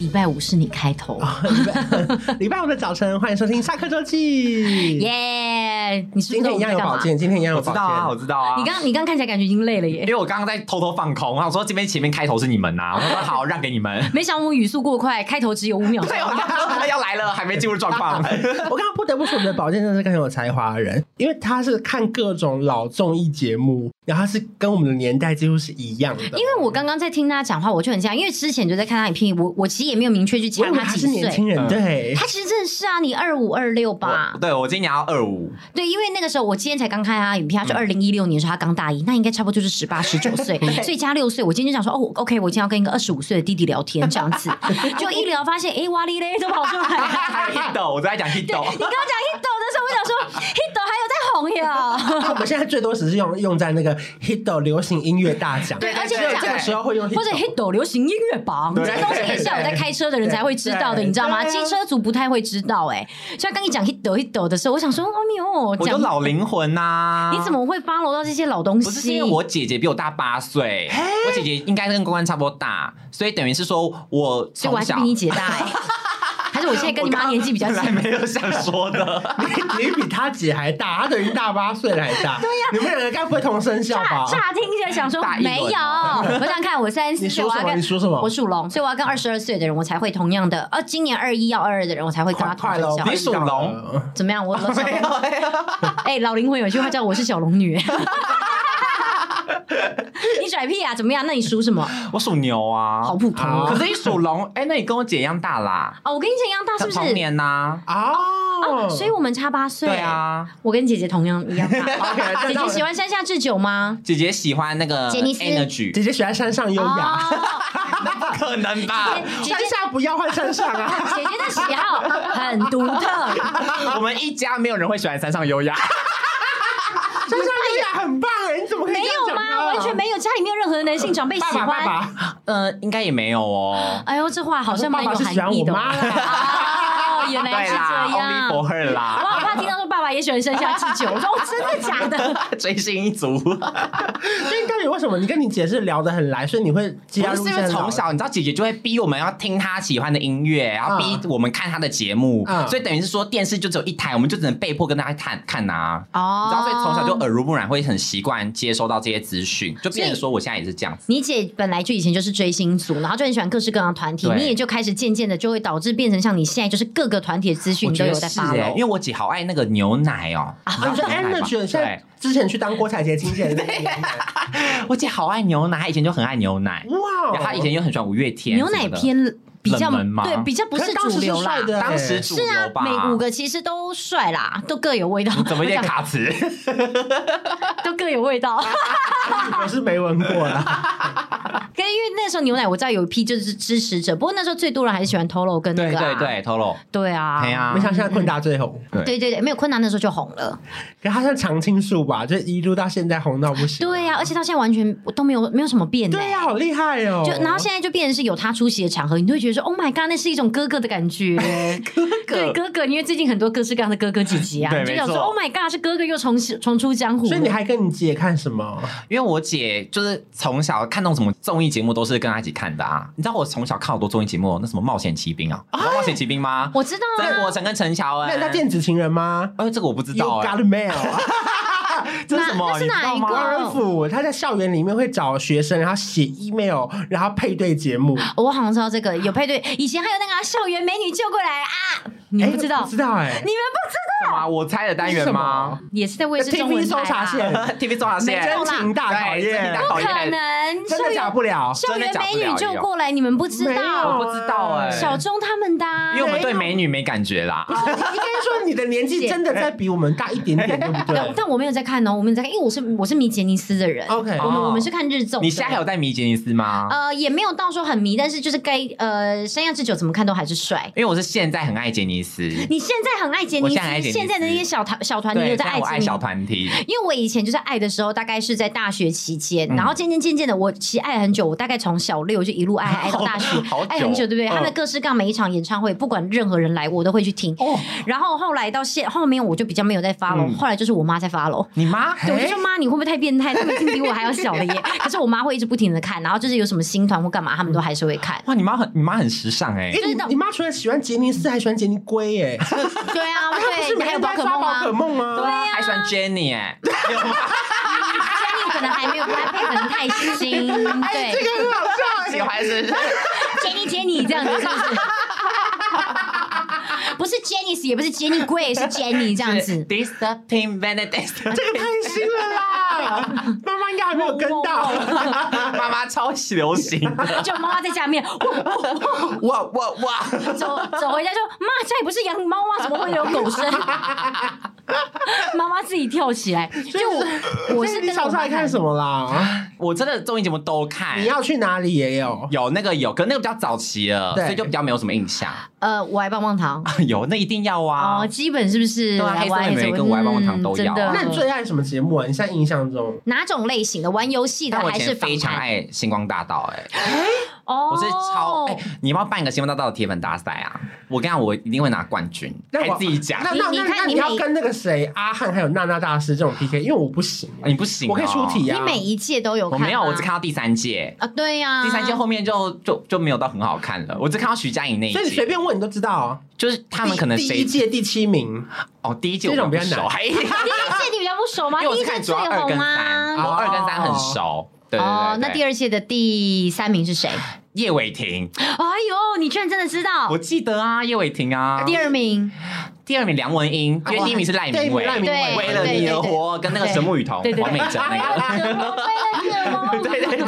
礼拜五是你开头，哦 礼拜五的早晨，欢迎收听下课周记。耶！你是不今是天一样有保健，今天一样有我保知健道啊，我知道啊。你刚你刚看起来感觉已经累了因耶。为我刚刚在偷偷放空，我想说这边前面开头是你们啊呐、我说好让给 你们。没想到我语速过快，开头只有五秒。 对，我啊刚刚说要来了，还没进入 状况。我刚刚不得不说，我们的保健真的是个很有才华的人，因为他是看各种老综艺节目，然后他是跟我们的年代几乎是一样的。因为我刚刚在听他讲话，我就很像，因为之前就在看他影片，我我其实也没有明确去我讲以为他他几是年轻岁。人，嗯对，他其实真的是啊，你二五二六吧我？对我今年要二五，对，因为那个时候我今天才刚看他的影片，他嗯是二零一六年的时候他刚大一，那应该差不多就是十八十九 岁，所以加六岁。我今天就想说，哦，OK，我今天要跟一个二十五岁的弟弟聊天，这样 子，就一聊发现，哎，哇哩嘞都跑出来。一抖，我都在讲一对抖你。刚刚讲 Hito 的时候，我想说 Hito 还有在红呀，我们现在最多只是用用在那个 Hito 流行音乐大奖，对而且只有讲这个时候会用 Hito，或者 Hito 流行音乐榜，这对东西也是要有在开车的人才会知道的，对你知道吗？对机车族不太会知道哎。所以刚一讲 Hito Hito 的时候，我想说，哦哟，我就讲老灵魂呐、你怎？么会 follow 到这些老东西？不是是因为我姐姐比我大八岁，我姐姐应该跟关关差不多大，所以等于是说我所以我从还是小比你姐大哎，还是我现在跟你妈年纪比较我近刚。 刚本来没有想说的。 你 你比他姐还大，他等于大八岁了还大。对呀、你们两个该不会同生 肖吧乍？乍听起来想说大啊一轮没有，我想看我三十四你岁，说我什要么？你跟说什么我？属龙，所以我要跟二十二岁的人，我才会同样的。呃，今年二一要二二的人，我才会跟他快同生快了，肖快。你属到龙了怎么样？ 我老哎、老灵魂有一句话叫“我是小龙 女”，你拽屁啊？怎么样？那你属什么？我属牛啊，好普通好哦！可是你属龙，哎、那你跟我姐一样大啦，啊哦我跟你姐一样大，是不同是？年呐、哦、啊所以我们差八岁。对，啊，我跟姐姐同样一样 OK，大。那啊姐那姐我喜欢山下智久吗？姐姐喜欢那个杰尼斯 energy，姐姐喜欢山上优雅，哦不可能吧？姐姐山下不要换山上 啊！姐姐的喜好很独特，我们一家没有人会喜欢山上优雅，山上优雅很棒哎， 你怎么可以没这样有讲吗？呢？完全没有，家里没有任何男性长辈喜爸爸欢。爸爸，呃，应该也没有哦。哎呦，这话好像蛮有爸爸是喜含欢义我的哦。妈啦。哦，原来对是啦这，Only 样。 for her 我啦，好怕听到说爸爸也喜欢山下智久，我说我哦真的假的？ 追星一族。所以到底为什么你跟你姐是聊得很来，所以你会加不入这是因个为老从小你知道姐姐就会逼我们要听她喜欢的音乐，然后逼我们看她的节目，嗯所以等于是说电视就只有一台，我们就只能被迫跟大家看看啊。 哦你知道，所以从小就耳濡目染，会很习惯接收到这些资讯，就变成说我现在也是这样子。你姐本来就以前就是追星族，然后就很喜欢各式各样的团体，对你也就开始渐渐的就会导致变成像你现在就是各个团体的资讯我你都觉有得在是发耶了，因为我姐好爱那个牛奶哦、啊你说牛奶 energy 吧现在之前去当郭采洁经纪人的那个年代，对，哦我姐好爱牛奶，她以前就很爱牛奶，哇哦！然后她以前又很喜欢五月天什牛么的，奶偏比较冷门吗对比较不可是当主时是流啦帅。的欸，当时主是啊流吧，，每五个其实都帅啦，都各有味道。怎么 有点卡词？都各有味道。 我是没闻过啦。可是因为那时候牛奶我知道有一批就是支持者，不过那时候最多人还是喜欢 Tolo 跟那对个、啊、对对，Tolo，对啊，对啊 没，想到现在坤达最红，对对对没有困难那时候就红了。可他算常青树吧，就一路到现在红到不行。对呀、而且到现在完全都没有没有什么变、欸。对呀，好厉害哦！就然后现在就变成是有他出席的场合，你就会觉得说，Oh my god，那是一种哥哥的感觉，哥哥对哥哥，因为最近很多各式各样的哥哥姐姐啊，对你就想说没错，Oh my god，是哥哥又重重出江湖了，所以你还跟你姐看什么？因为我姐就是从小看那种什么综艺节目，都是跟她一起看的啊。你知道我从小看好多综艺节目，那什么冒险骑兵啊，你知道冒险骑兵吗？我知道曾啊，国城跟陈乔那恩那，电子情人吗哎，这个我不知？You 道哎 got，mail 啊！这是什么？那是你知哪道一个吗高尔夫他在校园里面会找学生，然后写 email，然后配对节目。我好像知道这个有配对，以前还有那个啊、校园美女救过来啊，你们哎不知道，不知道哎你们不知道。什么？啊我猜的单 元吗也是在卫视中文 TV 搜台查啊。线， ？TV 中小线，真情大考对真情验大，不考可验，能，真校的假园不了。校园美女真的假不了就过来，你们不知没有道，我不知道哎、小钟他们的啊因为我们对美女没感觉啦。哦 应该说你的年纪真的在比我们大一点点，对不但对？但我没有在看哦，我没有在看，因为我是我是迷杰尼斯的人。 OK 嗯我们哦我们是看日综的。你现在还有戴迷杰尼斯吗？呃，也没有到说很迷，但是就是该呃，山下智久怎么看都还是帅。因为我是现在很爱杰尼斯，你现在很爱杰尼我斯，现在很爱杰尼斯现在的那些小团小团，你对，有现在在爱我杰爱尼斯小团体。因为我以前就是爱的时候，大概是在大学期间，嗯，然后渐渐渐渐的，我其实爱很久，我大概从小六就一路爱爱爱到大学 好久爱很久，对不对？嗯他们各式各样每一场演唱会，不管任何人来，我都会去听。哦，然后后来到现后面，我就比较没有在 follow，、嗯后来就是我妈在 follow。你妈？哎对，我就说妈，你会不会太变态？他们已经比我还要小了 耶。可是我妈会一直不停的看，然后就是有什么新团或干嘛，他们都还是会看。哇，你妈很你妈很时尚哎、因为你你妈除了喜欢杰尼斯，还喜欢杰尼龟耶， 对啊， 她不对，是你每还有天宝都在可刷梦宝啊可，梦吗？啊，还喜欢 Jenny 哎、你可能还没有搭配，可能太新。 哎，这对个很好笑喜哎。欢是不是，Jenny Jenny 这样子是 不是？不是 Jenny，也不是 Jenny Gray，是 Jenny 这样 子。 Disappointing Benedict， 这个太新了啦！妈妈应该还没有跟到。妈妈超喜流行的，就妈妈在下面， 我哇哇哇！走走回家说：“妈，家里不是养猫啊，怎么会有狗声？” 妈妈自己跳起来，就我我是跟你着小我时妈候还看看什么啦？啊我真的综艺节目都看你，要去哪里也有。有那个有，可那个比较早期了，对所以就比较没有什么印象。 呃，我爱棒棒糖。有那一定要啊哦，！基本是不是？对啊黑我色爱美人鱼跟我爱棒棒糖都要啊真的那你最爱什么节目啊？你现在印象中？哪种类型的？玩游戏的但我以还是前访非常谈？爱星光大道哎、哦，我是超哎、你们要办一个星光大道的铁粉大赛啊！我跟你讲，我一定会拿冠军，哎那我还自己讲那，你那你那看那你你要每跟那个谁阿汉还有娜娜大师这种 PK，因为我不行，啊你不行哦、我可以出题你啊。每一届都有我看吗？没有，我只看到第三届，啊，对呀，第三届后面就就就没有到很好看了。我只看到徐佳莹那一所以你随届，便问你都知道啊。就是他们可能第第一谁届第七名，哦，第一届我这种比比较较熟，难还第一届你比较不熟吗？因为我第是一届看最主要二跟红三，啊。我二跟三很熟。对对对哦，那第二二届的第三名是谁？哎叶伟霆，呦，你居然真的知道我！记得啊，叶伟霆啊，哦第二 名，第二名梁文音，因为第一名是赖哦对明伟，赖明对为了对你对而活，跟那个神木雨桐对、对对王美珍那个， 哦对对对对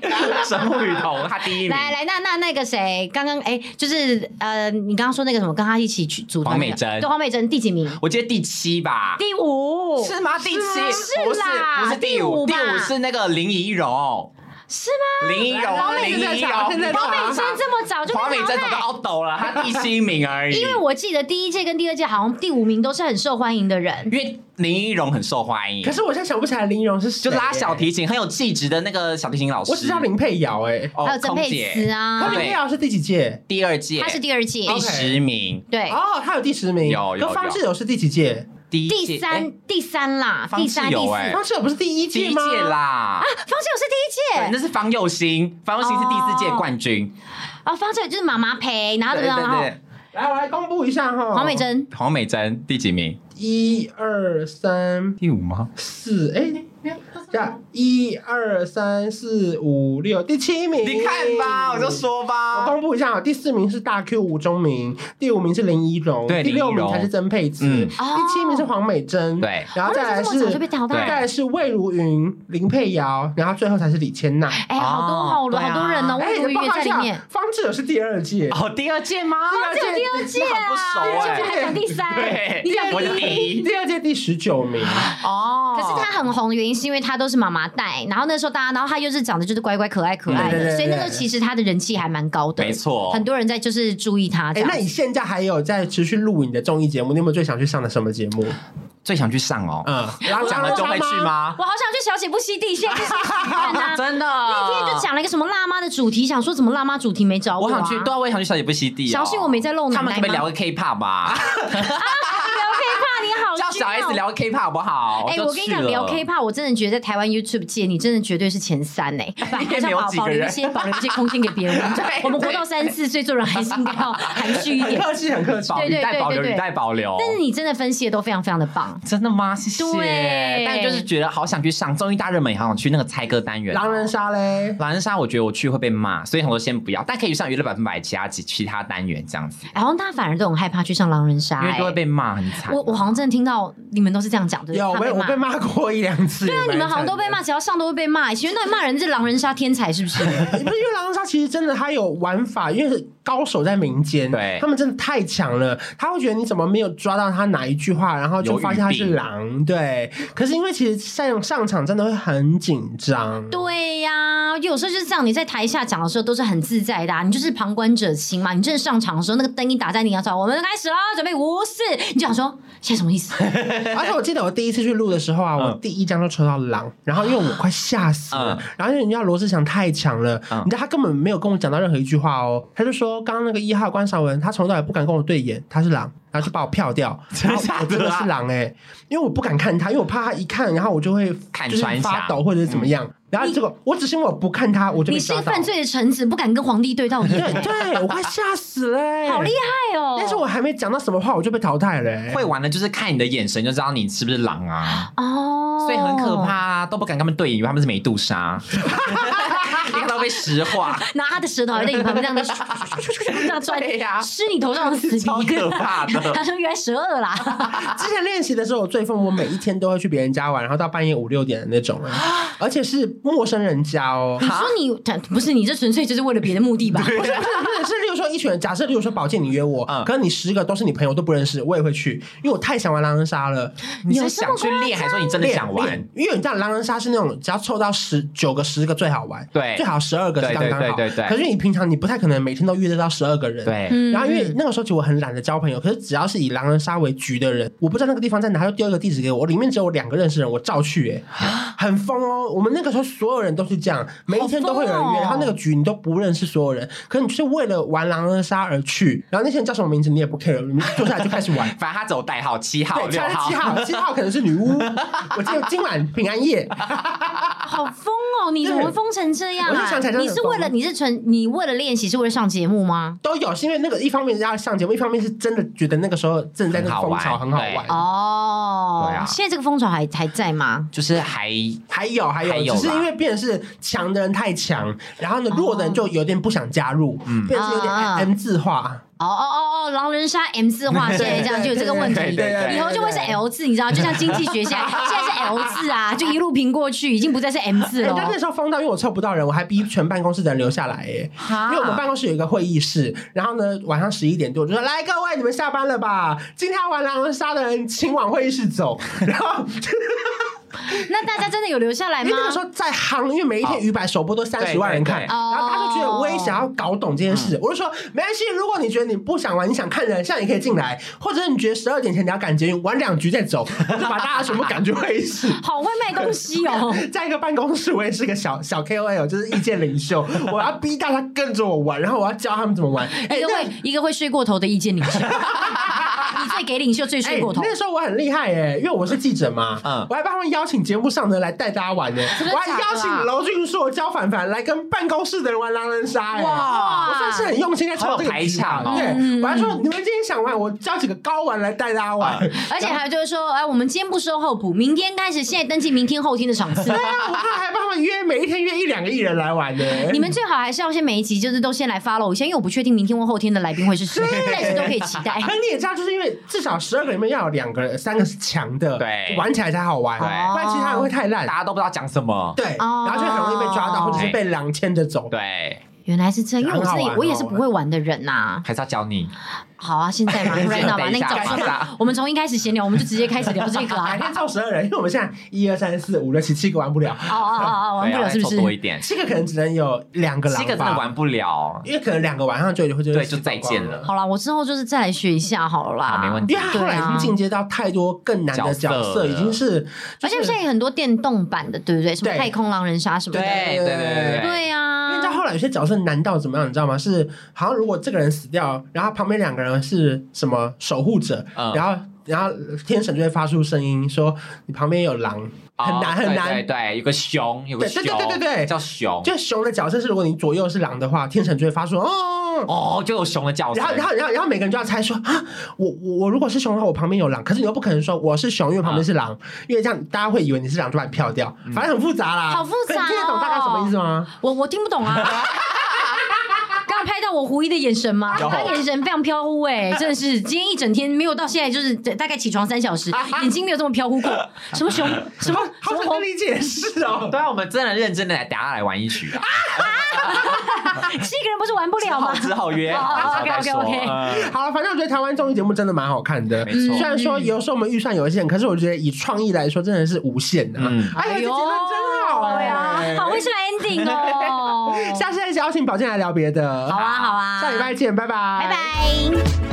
对，神木雨桐他第一名，来来，那那那个谁，刚刚哎，就是呃，你刚刚说那个什么，跟他一起去组团黄那美个珍对，黄美珍第几名？我记得第七吧，第五是吗？第七哦是不是啦不是第五，第第五吧五是那个林怡柔，是吗？林怡柔来，来林怡柔，现在查现在查黄美珍哦这么早就黄美被淘珍早就汰。凹抖了，她第七名而已。因为我记得第一届跟第二届好像第五名都是很受欢迎的人因，为林依荣很受欢迎，可是我现在想不起来林荣是谁就拉小题，提琴很有气质的那个小提琴老师，我只知道林佩瑶哎，哦还有曾空沛姐慈啊她对林佩瑶是第几届？第二届，他是第二届，第十名，对，哦，她有第十名。有有跟方志友是第几届？第一届第哎三第三啦，方第志三第友四，哎方方志友不是第一第届一吗？届啦，志友对是第一届那是方佑兴，方佑哦兴是第四届冠军，啊，方志友就是妈妈陪，然后对怎么对样，然后对，来，我来公布一下哈。黄美，珍黄美珍第几名？一二三第五吗？四，哎，嗯这样一二三四五六，第七名。你看吧，我就。说啊我吧，公布一下，第四名是大 Q 吴中明，第五名是林依荣，对第六林依名荣才是曾佩慈，嗯哦第七名是黄美珍，对然后再来黄美珍这么早是就被淘汰对再来是魏如云、林佩瑶，然后最后才是李千娜。哎，好多哦好多对啊好多人哦，哎魏，如云你报也告在一里下面，，方志友是第二届，哦，第二届吗？二届第二届那很不啊，熟哎就还讲第三对，你讲我是第第一。一，第二届第十九名，哦，可是他很红的原因是因为他都是妈妈带，然后那时候大家，然后他又是长得就是乖乖可爱可爱对对的，对所以那时候对其实他的人气还蛮高的，没错很多人在就是注意他这哎、样那你子。现在还有在持续录影的综艺节目，你有没有最想去上的什么节目？最想去上哦，嗯，然后讲了就会去？吗？。我好想去小姐不吸地，现在就是看啊 真的，那天就讲了一个什么辣妈的主题，想说怎么辣妈主题没找我啊想去，对啊，我也想去小姐不吸地、哦。小心我没在露奶奶他们可不可以吗聊个 K-pop 吧？啊不要可以怕你好哦叫小 S 聊 K-pop 好不好？哎、就我跟你去讲，了聊 K-pop，我真的觉得在台湾 YouTube 界，你真的绝对是前三呢、欸， 里面还是没有要保几个保留一人 些保留一些空间给别人对。我们活对到三四岁，做人还是应该要含蓄一很 点。客气，很客气。保对语对带对保对留，对语带保留。但是你真的分析的都非常非常的棒，真的吗？谢谢。对但就是觉得好想去上综艺大热门，也好想去那个猜歌单元。狼人杀嘞，狼人杀，我觉得我去会被骂，所以很多先不要。但可以上娱乐百分百其他其其他单元这样子，然后大家反而都很害怕去上狼人杀、因为欸都会。被骂很惨。我我好像真的听到你们都是这样讲，对不对？有怕我我被骂。骂过一两次。对啊那你们好像都被骂，只要上都会被骂。请问到底骂人是狼人杀天才是不 是？不是因为狼人杀其实真的它有玩法，因为是高手在民间，对他们真的太强了，他会觉得你怎么没有抓到他哪一句话，然后就发现他有语是病狼，对。可是因为其实上上场真的会很紧张，对呀、有时候就是这样。你在台下讲的时候都是很自在的、啊，你就是旁观者清嘛。你正上场的时候，那个灯一打在你脸上，我们开始啦，准备五四，你就想说现在什么意 思？而且我记得我第一次去录的时候啊，我嗯第一张就抽到狼，然后因为我快吓死了，嗯然后因为人家罗志祥太强了，嗯你知道他根本没有跟我讲到任何一句话哦，他就说刚刚那个一号关晓文，他从头到尾不敢跟我对眼，他是狼，然后就把我票掉，真然的后假的啊我真的 是狼哎、因为我不敢看他，因为我怕他一看，然后我就会看就是穿发瞎抖或者怎么样，然后这个我只是因为我不看他，我就被你是抓 到犯，罪的臣子，不敢跟皇帝对到眼，对对，我快吓死了、欸，好厉害哦！但是我还没讲到什么话，我就被淘汰了、欸。会玩的就是看你的眼神就知道你是不是狼啊，哦，所以很可怕。啊，都不敢跟他们对眼，因为他们是美 杜莎，你看到被石化，拿他的舌头还在你旁边这样子这样钻，对呀吃你头上的死超皮。可怕的。他说：“原来蛇恶啦， 之前练习的时候，我最疯，我每一天都会去别人家玩，然后到半夜五六点的那种 啊，而且是陌生人家 哦。你说你不是你这纯粹就是为了别的目的吧？不是不是不是，是例如说一群人，假设例如说宝剑你约我，嗯可能你十个都是你朋友都不认识，我也会去，因为我太想玩狼人杀了。你有是这么想去练，还是说你真的练想练玩？因为你知道狼人杀是那种只要凑到十九个十个最好玩，对最好十二个是刚刚好。对对对对对可是你平常你不太可能每天都约得到十二个人，对，嗯然后因为那个时候其实我很懒得交朋友，可是只要是以狼人杀为局的人，我不知道那个地方在哪，他就丢一个地址给我，里面只有我两个认识的人，我照去、欸， 很疯哦。我们那个时候所有人都是这样，每一天都会有人好疯约，哦然后那个局你都不认识所有人，可是你就是为了玩狼人杀而去，然后那些人叫什么名字你也不 care，你们坐下来就开 始玩。反正他走代号七号、对，六下来号七。号，七号可能是女巫。我记得今晚平安夜，好疯哦！你怎么会疯成这样我就啊想起来真？的你很是为了疯你是纯你为了练习是为了上节目吗？都有，是因为那个一方面要上节目，一方面是真的觉得那个时候正在那个风潮很很好好玩玩。哦对啊，现在这个风潮还还在吗？就是还还有还有，还有啦只是因为变成是强的人太强，然后呢哦弱的人就有点不想加入，变成是有点啊 M 字化。哦哦哦哦，狼人杀 M 字化，现在这样就有这个问对题对。对对以后就会是对 L 字，你知道，就像经济学现在现在是 L 字啊，就一路平过去，已经不再是哦 M 字哎了但。那时候疯到，因为我凑不到人，我还逼全办公室的人留下来耶。因为我们办公室有一个会议室，然后呢晚上十一点多我就说来各位你们下班了吧，今天要玩狼人杀的人请往会议室走。 然后那大家真的有留下来因哎吗为？那个时候在夯，因为每一天鱼百首播都三十万人看，哦对对嗯对然后他就觉得我也想要搞懂这件事，我就说没关系，如果你觉得你不想玩，你想看人，现在也可以进 来，或者是你觉得十二点前你要赶捷运，玩两局再走，我就把大家全部赶去会议 室。好会卖东西哦！在一个办公室，我也是个小小 KOL，就是意见领袖。我要逼大家跟着我玩，然后我要教他们怎么玩。哎、一个那会一个会睡过头的意见 领袖，你最给领袖最哎、睡过头。那时候我很厉害哎、因为我是记者嘛，嗯我还帮他们邀请节目上的人来带大家玩呢、真的我还假的啊邀请娄俊硕、焦凡凡来跟办公室的人玩狼人杀、哎，哇，我算是很用心在操这个局吧好有排场哦对，我还说你们今天想玩，我教几个高玩来带大家玩。对而且还有就是说，哎，我们今天不收候补，明天开始，现在登记明天后天的场次。啊，我看还帮他们约每一天约一两个艺人来玩呢。你们最好还是要先每一集就是都先来 follow 一下，因为我不确定明天或后天的来宾会是 谁，但是都可以期待。可你也知道，就是因为至少十二个里面要有两个人、三个是强的，对玩起来才好玩，对不然其他人会太烂大，家都不知道讲什么。对，哦然后就很容易被抓到，或者是哎被狼牵着走。对，原来是这样，因为我真很好的玩我也是不会玩的人呐、还是要教你。好啊，现 在嘛，right now 吧，那等一你下早说马嘛上，我们从一开始闲聊，我们就直接开始聊这个改啊。天凑十二人，因为我们现在一二三四五六七七个玩不 了，哦哦哦哦，玩不对了要是不再是凑？多一点，七个可能只能有两个狼吧，七个真的玩不了。因为可能两个晚上就就会对就再见了好啦，我之后就是再来学一下好了啦。好没问题因为他后来已经进阶到太多更难的角角色色，了已经是，而且现在有很多电动版的，对不对？什么对太空狼人杀什么的。对对对对啊呀、因为到后来有些角色难到怎么样，你知道吗？是好像如果这个人死掉，然后旁边两个人是什么守护者，嗯然后然后天神就会发出声音说你旁边有狼，哦很难很难。对对对，有个熊，有个对熊，对对对对对叫熊，就熊的角色是，如果你左右是狼的话，天神就会发出哦。哦，就有熊的叫声，然后，然后，然后，然后每个人就要猜说啊，我我我如果是熊的话，我旁边有狼，可是你又不可能说我是熊，因为旁边是啊狼，因为这样大家会以为你是狼，就把你票掉，嗯反正很复杂啦。好复杂哦可你听得懂大概什么意思吗？我我听不懂啊。 刚拍到我狐疑的眼神吗？有他眼神非常飘忽哎、真的是今天一整天没有到现在，就是 大概起床三小时，眼睛没有这么飘忽过。什么熊？什么好什么想红跟？你解释哦。对啊，我们真的认真的来，等下来玩一曲啊，是一个人不是玩不了吗？只好约哦哦晚上再说 OK，OK，OK 嗯好了，反正我觉得台湾综艺节目真的蛮好看的没。嗯错虽。然说有时候我们预算有限，可是我觉得以创意来说，真的是无限的、啊。嗯哎呀，这结论真好哎、对啊，好会是来 ending 哦。下次再邀请宝剑来聊别的。好啊，好啊，下礼拜见，拜拜，拜拜。